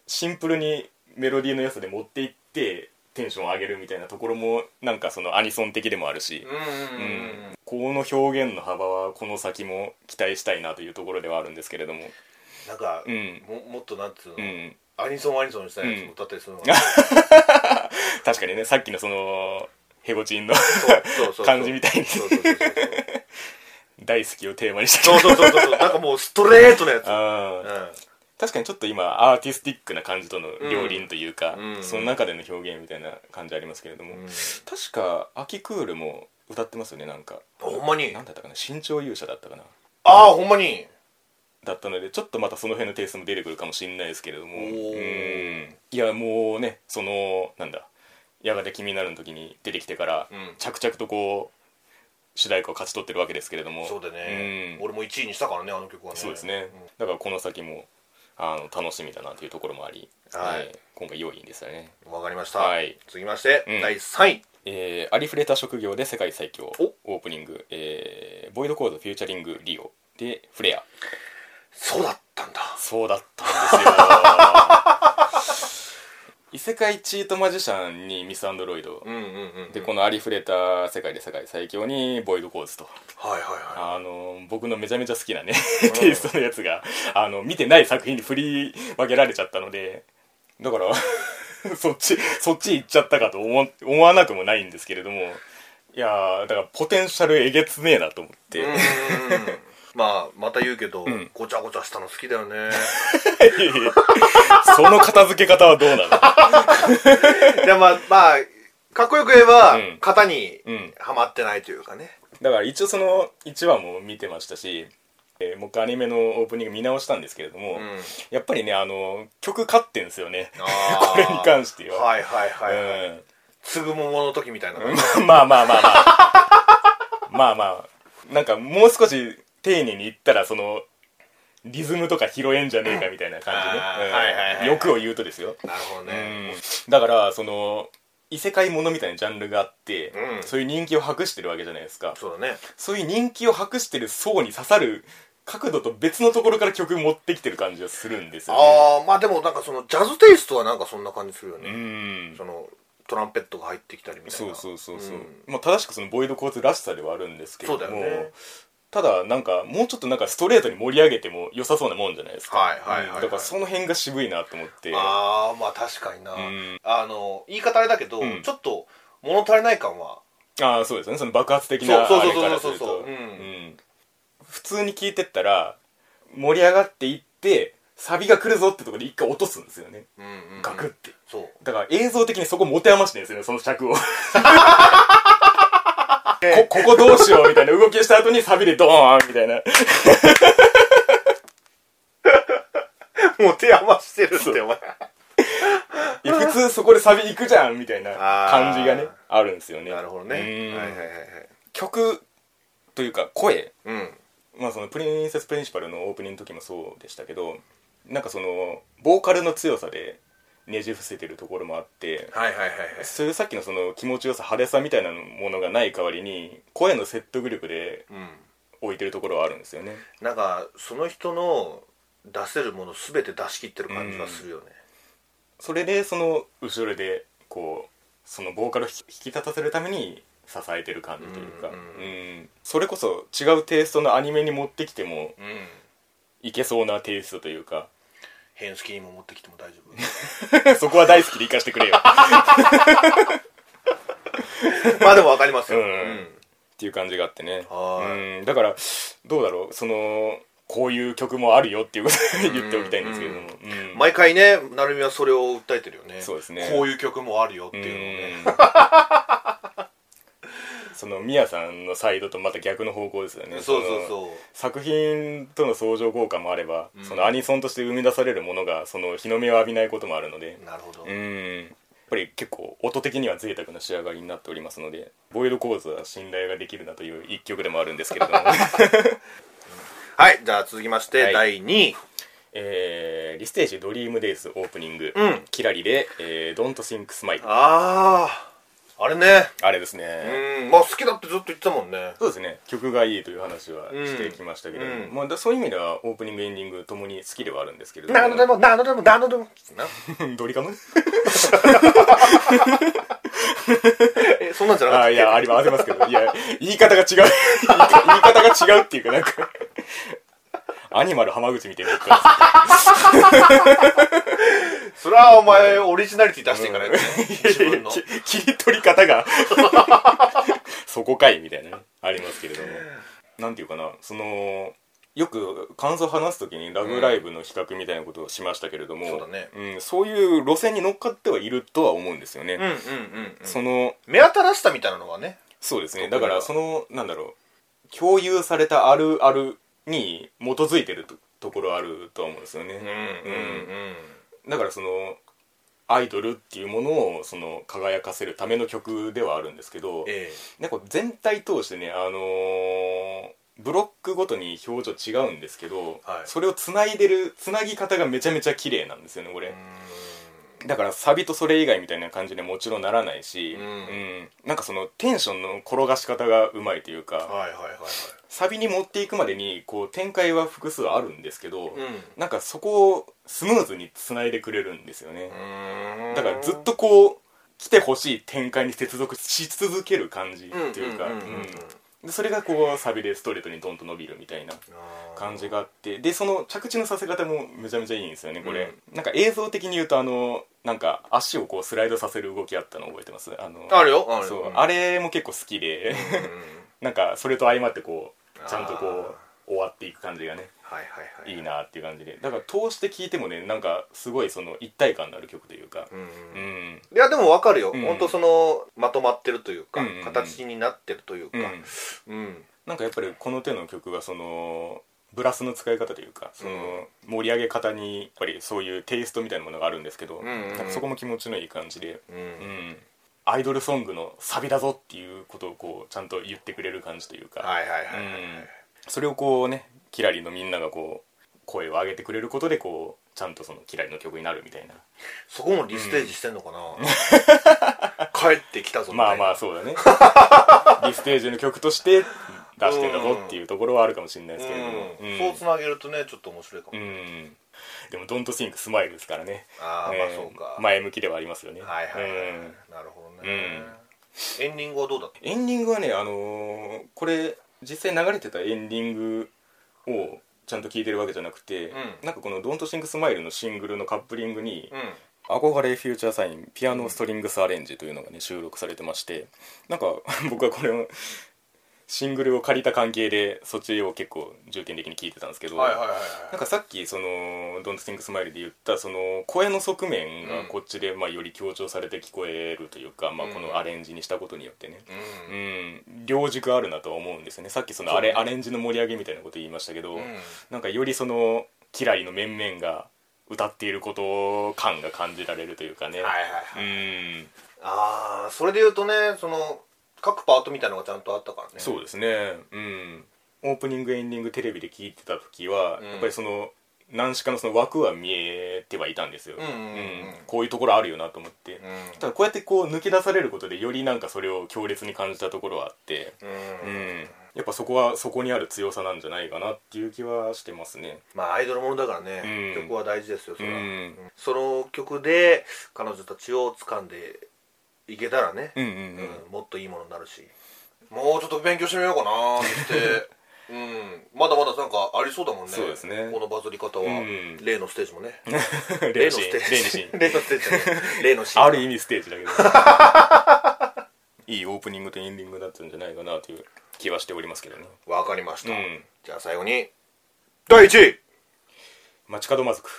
S1: シンプルにメロディーの良さで持っていってテンションを上げるみたいなところもなんかそのアニソン的でもあるし、
S2: うんうんうんうん
S1: この表現の幅はこの先も期待したいなというところではあるんですけれども
S2: なんか、
S1: うん
S2: ももっとなんつうの、
S1: うん
S2: アニソンアニソンしたやつも歌ったりするのが、
S1: 確かにねさっきのそのヘボチンの
S2: そうそうそう
S1: 感じみたいに
S2: そうそうそう
S1: 大好きをテーマにした
S2: そうそうそうそうそうそうなんかもうストレートなやつ、
S1: あー確かにちょっと今アーティスティックな感じとの両輪というか、
S2: うんうん
S1: その中での表現みたいな感じありますけれども、
S2: うん
S1: 確か秋クールも歌ってますよねなんか
S2: うん、ほんまに
S1: なんだったかな身長勇者だったかな
S2: ああほんまに
S1: だったのでちょっとまたその辺のテイストも出てくるかもしれないですけれども
S2: おー
S1: うんいやもうねそのなんだやがて君になるの時に出てきてから、
S2: うん
S1: 着々とこう主題歌を勝ち取ってるわけですけれども
S2: そうだね、
S1: うん
S2: 俺も1位にしたからねあの曲はね
S1: そうですね、
S2: ん
S1: だからこの先もあの楽しみだなというところもあり、
S2: はい
S1: えー今回4位でしたね、
S2: わかりました、
S1: はい
S2: 続きまして、
S1: うん
S2: 第3位
S1: えーありふれた職業で世界最強オープニング、えーボイドコードフューチャリングリオでフレア
S2: そうだったんだ
S1: そうだったんですよ 異世界チートマジシャンにミス・アンドロイド
S2: うんうんうん
S1: でこのありふれた世界で世界最強にボイドコーズと
S2: はいはいは
S1: あの僕のめちゃめちゃ好きなねテイストのやつがあの見てない作品に振り分けられちゃったのでだから そっちそっち行っちゃったかと思思わなくもないんですけれどもいやーだからポテンシャルえげつねえなと思って、
S2: いうんうんうんまあまた言うけど、
S1: ん
S2: ごちゃごちゃしたの好きだよね
S1: その片付け方はどうなの
S2: いやまあまあかっこよく言えば、
S1: うん
S2: 型に
S1: うん
S2: はまってないというかね
S1: だから一応その1話も見てましたし、えーもう一回アニメのオープニング見直したんですけれど も、
S2: うん
S1: やっぱりねあの曲勝ってんですよね
S2: あー
S1: これに関しては、
S2: はいはいはいはい、
S1: うん
S2: つぐももの時みたいな感じ、
S1: まあまあまあまあまあまあなんかもう少し丁寧に言ったらそのリズムとか拾えんじゃねえかみたいな感じね
S2: あー
S1: うん
S2: はいはいはい
S1: 欲を言うとですよ、
S2: なるほどね、
S1: だからその異世界ものみたいなジャンルがあって、
S2: うん
S1: そういう人気を博してるわけじゃないですか
S2: そうだね
S1: そういう人気を博してる層に刺さる角度と別のところから曲持ってきてる感じがするんですよね
S2: ああまあでもなんかそのジャズテイストはなんかそんな感じするよ
S1: う
S2: ね、
S1: ん
S2: そのトランペットが入ってきたりみたいな
S1: そうそうそうそう、
S2: ん
S1: まあ、正しくそのボイドコーツらしさではあるんですけれど
S2: そ
S1: も、
S2: うだよね
S1: ただなんかもうちょっとなんかストレートに盛り上げても良さそうなもんじゃないですか、
S2: はいはいはいはい
S1: うんだからその辺が渋いなと思って
S2: ああまあ確かにな、
S1: ん
S2: あの言い方あれだけど、
S1: うん
S2: ちょっと物足りない感は
S1: ああそうですねその爆発的なあ
S2: そう
S1: れ
S2: そう
S1: からす
S2: そうそう
S1: る
S2: そう
S1: と
S2: そううん
S1: うん普通に聞いてったら盛り上がっていってサビが来るぞってとこで一回落とすんですよね。
S2: うんうんうん
S1: ガクって。
S2: そう
S1: だから映像的にそこ持て余してるんですよね、その尺 を。こここどうしようみたいな動きをした後にサビでドーンみたいな。
S2: もう手余してるってお前
S1: いや普通そこでサビ行くじゃんみたいな
S2: あー
S1: 感じがね、あるんですよね。
S2: なるほどね
S1: うん
S2: はいはいはいはい
S1: 曲というか声、
S2: うん
S1: まあそのプリンセスプリンシパルのオープニングの時もそうでしたけど、なんかその、ボーカルの強さでねじ伏せてるところもあって、
S2: はいはいはいはい
S1: そういうさっきのその気持ちよさ派手さみたいなものがない代わりに声の説得力で
S2: うん
S1: 置いてるところはあるんですよね
S2: なんかその人の出せるもの全て出し切ってる感じがするよね
S1: それでその後ろでこうそのボーカルを引き引き立たせるために支えてる感じというか
S2: うんう
S1: うんそれこそ違うテイストのアニメに持ってきても
S2: うん、
S1: いけそうなテイストというか
S2: 変好きにも持ってきても大丈夫
S1: そこは大好きで生かしてくれ よっ
S2: まあでも分かりますよ、
S1: うんていう感じがあってね
S2: は
S1: うんだからどうだろうそのこういう曲もあるよっていうこと を言っておきたいんですけれどもうん
S2: 毎回ねなるみはそれを訴えてるよね
S1: そうですね
S2: こういう曲もあるよっていうのをね
S1: うん そのミヤさんのサイドとまた逆の方向ですよね
S2: そうそう
S1: の
S2: そう
S1: 作品との相乗効果もあれば、
S2: うん
S1: そのアニソンとして生み出されるものがその日の目を浴びないこともあるので
S2: なるほど、
S1: うんやっぱり結構音的には贅沢な仕上がりになっておりますのでボイル構図は信頼ができるなという一曲でもあるんですけれ ども、
S2: はいじゃあ続きまして、
S1: はい
S2: 第2位
S1: えーリステージ「ドリームデイズ」オープニング「
S2: うん
S1: キラリで」えー「Don't Think Smile」
S2: あああれね
S1: あれですね
S2: うんまあ好きだってずっと言ってたもんね
S1: そうですね曲がいいという話はしてきましたけれども、
S2: うんうん
S1: まあだ、そういう意味ではオープニングエンディングともに好きではあるんですけれども
S2: なのでもなのでもなのでもな
S1: ドリカム
S2: えそんなんじゃなか
S1: あー
S2: った
S1: いやありますありますけどいや言い方が違う 言い方が違うっていうかなんかアニマル浜口みたいな言い方です
S2: それはお前オリジナリティ出していかないとね自分の
S1: き 切り取り方が そこかいみたいなねありますけれどもなんていうかなそのよく感想を話す時に「ラブライブ!」の比較みたいなことをしましたけれども、
S2: そうだね
S1: んそういう路線に乗っかってはいるとは思うんですよね、
S2: うんうんうん、うん、
S1: その
S2: 目新しさみたいなのがね
S1: そうですね
S2: 特
S1: だ
S2: には
S1: からそのなんだろう共有されたあるあるに基づいてるとところあるとは思うんですよね、
S2: うんうんうん
S1: だからそのアイドルっていうものをその輝かせるための曲ではあるんですけど
S2: え
S1: なんか全体通してねあのーブロックごとに表情違うんですけど、
S2: はい
S1: それをつないでるつなぎ方がめちゃめちゃ綺麗なんですよねこれ
S2: え、う
S1: だからサビとそれ以外みたいな感じにはもちろんならないし、
S2: うん
S1: うんなんかそのテンションの転がし方がうまいというか、
S2: んはいはいはいはい
S1: サビに持っていくまでにこう展開は複数あるんですけど、
S2: う
S1: なんかそこをスムーズにつないでくれるんですよね、
S2: ん
S1: だからずっとこう来てほしい展開に接続し続ける感じっていうか
S2: うんうんうんうんうん
S1: うんでそれがこうサビでストレートにドンと伸びるみたいな感じがあってでその着地のさせ方もめちゃめちゃいいんですよねこれ、なんか映像的に言うとあのなんか足をこうスライドさせる動きあったの覚えてますあの
S2: あるよあるよ
S1: そう、
S2: うん
S1: あれも結構好きで
S2: うんうんうん
S1: なんかそれと相まってこうちゃんとこ
S2: あ
S1: う終わっていく感じがね
S2: はいはいはい
S1: いいなっていう感じでだから通して聴いてもねなんかすごいその一体感のある曲というか
S2: うんうん
S1: うん
S2: いやでもわかるよ、
S1: うん
S2: ほんとそのまとまってるというか、
S1: うんうんうん
S2: 形になってるというか
S1: うん
S2: うん
S1: なんかやっぱりこの手の曲はそのブラスの使い方というかその盛り上げ方にやっぱりそういうテイストみたいなものがあるんですけど、
S2: んうんうん
S1: なんかそこも気持ちのいい感じで、
S2: うん
S1: うんアイドルソングのサビだぞっていうことをこうちゃんと言ってくれる感じというか、
S2: はいはいは
S1: う
S2: いはい、
S1: んそれをこうねキラリのみんながこう声を上げてくれることでこうちゃんとそのキラリの曲になるみたいな
S2: そこもリステージしてんのかな、帰ってきたぞみ
S1: ま
S2: た
S1: あ
S2: いな
S1: まあそうだ ねリステージの曲として出してんだぞっていうところはあるかもしれないですけれども、
S2: うん
S1: うん
S2: そうつなげるとねちょっと面白いかも、
S1: うんでも「Don't Think Smile」ですからね
S2: ああ
S1: ね
S2: まあそうか、
S1: 前向きではありますよね
S2: はいはいはい、
S1: うん
S2: なるほどね、
S1: うん
S2: エンディングはどうだった
S1: エンディングはねあのーこれ実際流れてたエンディングをちゃんと聴いてるわけじゃなくて、
S2: うん
S1: なんかこの「Don't Think Smile」のシングルのカップリングに
S2: う
S1: 「
S2: ん
S1: 憧れフューチャーサイン ピアノストリングスアレンジ」というのがね収録されてましてなんか僕はこれをシングルを借りた関係でそっちを結構重点的に聞いてたんですけど、
S2: はいはいはいはい
S1: なんかさっきその「Don't Think Smile」で言ったその声の側面がこっちでまあより強調されて聞こえるというか、まあ、このアレンジにしたことによってね、
S2: う
S1: う
S2: ん
S1: ん、両軸あるなとは思うんですよねさっきそのあれ
S2: そうね
S1: アレンジの盛り上げみたいなこと言いましたけど、
S2: うん
S1: なんかよりその嫌いの面々が歌っていること感が感じられるというかね、
S2: はいはいはい
S1: うん
S2: ああそれで言うとねその各パートみたいなのがちゃんとあったからね
S1: そうですねうんオープニングエンディングテレビで聞いてた時は、
S2: うん
S1: やっぱりその何しかのその枠は見えてはいたんですよ、
S2: うんうんうん
S1: こういうところあるよなと思って、
S2: うん
S1: ただこうやってこう抜け出されることでよりなんかそれを強烈に感じたところはあって、
S2: うん
S1: うん、やっぱそこはそこにある強さなんじゃないかなっていう気はしてますね
S2: まあアイドルものだからね、
S1: うん
S2: 曲は大事ですよそれは、
S1: うん
S2: うんその曲で彼女たちを掴んでいけたらね、
S1: うん うんうん、
S2: うんもっといいものになるしもうちょっと勉強してみようかなって うんまだまだなんかありそうだもんね
S1: そうですね
S2: このバズり方は、
S1: うん
S2: 例のステージもね
S1: 例のシーン例のシーン
S2: 例のステージじゃない 例のシーン
S1: ある意味ステージだけど いいオープニングとエンディングだったんじゃないかなという気はしておりますけどね
S2: わかりました、
S1: うん
S2: じゃあ最後に第1位
S1: 街角魔族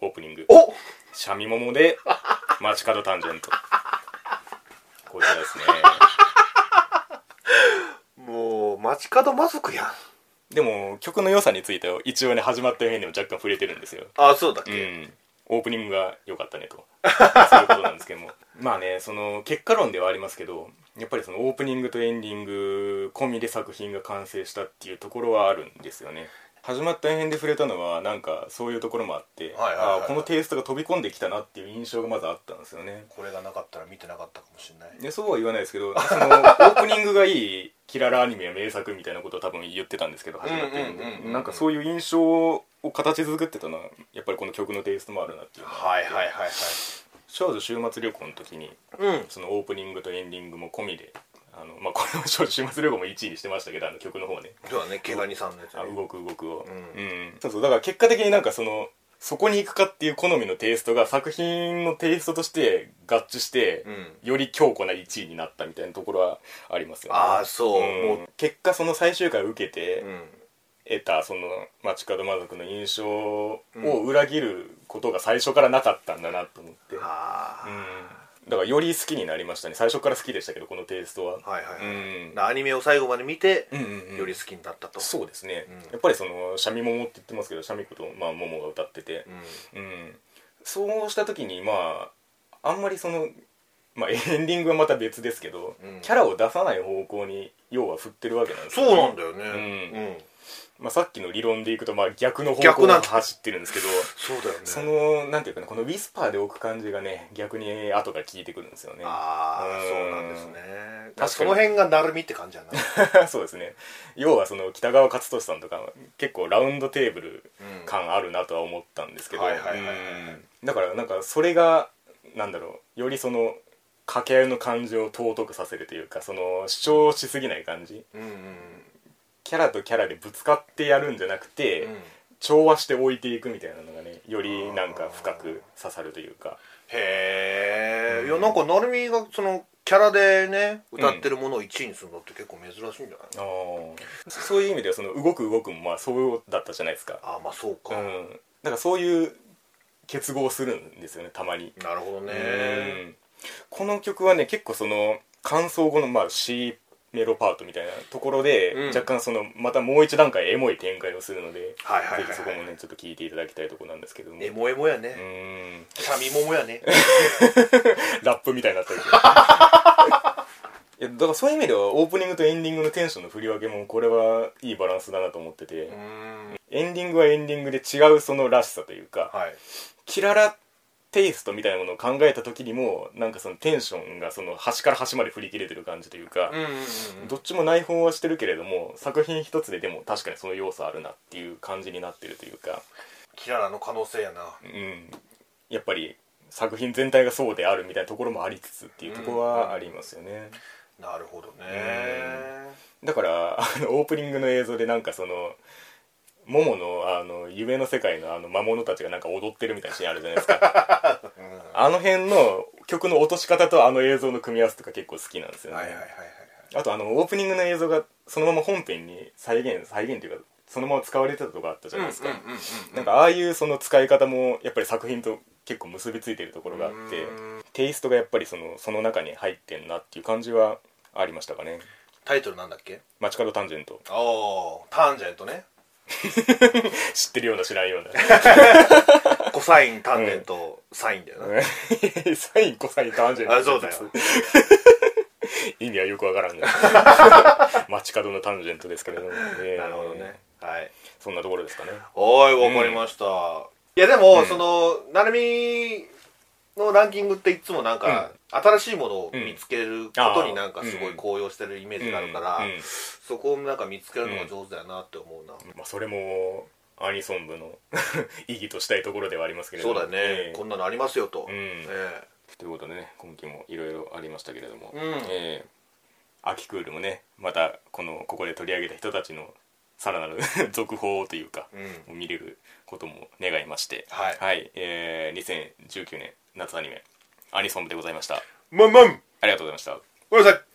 S2: お
S1: オープニング
S2: お
S1: シャミモモで街角タンジェントこちらですね
S2: もう街角魔族やん
S1: でも曲の良さについては一応ね始まった辺でも若干触れてるんですよ
S2: あそうだっ
S1: う
S2: け、
S1: んオープニングが良かったねと そういうことなんですけどもまあねその結果論ではありますけどやっぱりそのオープニングとエンディング込みで作品が完成したっていうところはあるんですよね始まった辺で触れたのはなんかそういうところもあって、
S2: はいはいはい
S1: あこのテイストが飛び込んできたなっていう印象がまずあったんですよね
S2: これがなかったら見てなかったかもしれない
S1: でそうは言わないですけどそのオ ープニングがいいキララアニメや名作みたいなことを多分言ってたんですけど始まってるん
S2: うんうんうんう
S1: で
S2: ん
S1: なんかそういう印象を形作ってたのはやっぱりこの曲のテイストもあるなっていうのがあ
S2: はい
S1: って
S2: はいはいはい
S1: 少女週末旅行の時に
S2: うん
S1: そのオープニングとエンディングも込みであの、まあ、これも少女週末旅行も1位にしてましたけどあの曲の方ね
S2: そうだね毛ガニさんのや
S1: 「
S2: つ、
S1: あ
S2: ね、
S1: 動く動くを」
S2: うん
S1: そうそうだから結果的になんかそのそこに行くかっていう好みのテイストが作品のテイストとして合致して、
S2: うん
S1: より強固な1位になったみたいなところはありますよね
S2: ああそう、
S1: うん
S2: も
S1: 結果その最終回を受けて、
S2: う、うん、
S1: 得たその街角魔族の印象を裏切ることが最初からなかったんだなと思って、
S2: あ
S1: うんだからより好きになりましたね最初から好きでしたけどこのテイストは、
S2: あはいはいはい、
S1: うん
S2: なアニメを最後まで見て、
S1: うんうんうん
S2: より好きになったと
S1: そうですね、
S2: うん
S1: やっぱりそのシャミモモって言ってますけどシャミ子と、まあ、モモが歌ってて
S2: う、ん
S1: うんそうした時にまああんまりその、まあ、エンディングはまた別ですけど、
S2: うん
S1: キャラを出さない方向に要は振ってるわけなんですよね
S2: そうなんだよね、
S1: うんまあ、さっきの理論でいくと、まあ、逆の方
S2: 逆
S1: 向
S2: なん
S1: に
S2: だ
S1: 走ってるんですけど
S2: そうだよね
S1: そのなんていうかなこのウィスパーで置く感じがね逆に後が効いてくるんですよね
S2: ああ
S1: うん
S2: そうなんですね
S1: 確かに
S2: その辺がなるみって感じ や な、
S1: そうですね要はその北川勝利さんとか結構ラウンドテーブル
S2: うん
S1: 感あるなとは思ったんですけど
S2: はいはいはいはいは
S1: う
S2: い
S1: んだからなんかそれがなんだろうよりその掛け合いの感じを尊くさせるというかその主張しすぎない感じ
S2: うんうん
S1: キャラとキャラでぶつかってやるんじゃなくて、
S2: うん
S1: 調和して置いていくみたいなのがねよりなんか深く刺さるというか
S2: へえ、いやなんかなるみがそのキャラでね歌ってるものを1位にするのって結構珍しいんじゃない、
S1: あそういう意味ではその動く動くもまあそうだったじゃないですか
S2: ああまあそう
S1: う
S2: か、
S1: んだからそういう結合するんですよねたまに
S2: なるほどね
S1: うんこの曲はね結構その間奏後のまあ C メロパートみたいなところで、
S2: うん
S1: 若干そのまたもう一段階エモい展開をするので、
S2: はいはいはいはい
S1: ぜひそこもねちょっと聞いていただきたいところなんですけども
S2: エモエモや
S1: う
S2: ね、
S1: ん
S2: シャミモモやね
S1: ラップみたいになったりと いやだからそういう意味ではオープニングとエンディングのテンションの振り分けもこれはいいバランスだなと思ってて、
S2: うん
S1: エンディングはエンディングで違うそのらしさというか、
S2: はい
S1: キララテイストみたいなものを考えた時にもなんかそのテンションがその端から端まで振り切れてる感じというか
S2: う、んうんうん
S1: どっちも内包はしてるけれども作品一つででも確かにその要素あるなっていう感じになってるというか、
S2: キララの可能性やな
S1: うん、やっぱり作品全体がそうであるみたいなところもありつつっていうところはありますよね。
S2: なるほどね
S1: だからあのオープニングの映像でなんかそのモモのあの夢の世界のあの魔物たちがなんか踊ってるみたいなシーンあるじゃないですかあの辺の曲の落とし方とあの映像の組み合わせとか結構好きなんですよね、
S2: はいはいはいはい
S1: あとあのオープニングの映像がそのまま本編に再現再現というかそのまま使われてたとこあったじゃないですか、なんかああいうその使い方もやっぱり作品と結構結びついてるところがあって
S2: うん
S1: テイストがやっぱりそのその中に入ってんなっていう感じはありましたかね
S2: タイトルなんだっけ
S1: 「街角タンジェント
S2: ああターンジェントね」
S1: 知ってるような知らんような
S2: コサインタンジェント、サインだよな、
S1: サインコサインタンジェント
S2: あそうだよ
S1: 意味はよくわ からんが街角のタンジェントですけれども、えー
S2: なるほどねはい
S1: そんなところですかね
S2: おいわかりました、いやでも、そのなるみのランキングっていつもなんか、新しいものを見つけることになんかすごい高揚してるイメージがあるから、
S1: うんうん
S2: そこをなんか見つけるのが上手だなって思うな、
S1: まあ、それもアニソン部の 意義としたいところではありますけれど
S2: そ
S1: も
S2: うだね、
S1: ええ
S2: こんなのありますよと、
S1: うん
S2: ええ
S1: ということでね今期もいろいろありましたけれども、
S2: うん
S1: ええ秋クールもねまたこのここで取り上げた人たちのさらなる 続報というか、
S2: う
S1: 見れることも願いまして
S2: はい
S1: ええ2019年夏アニメアニソン部でございました
S2: まんまん
S1: ありがとうございました
S2: ごめんなさい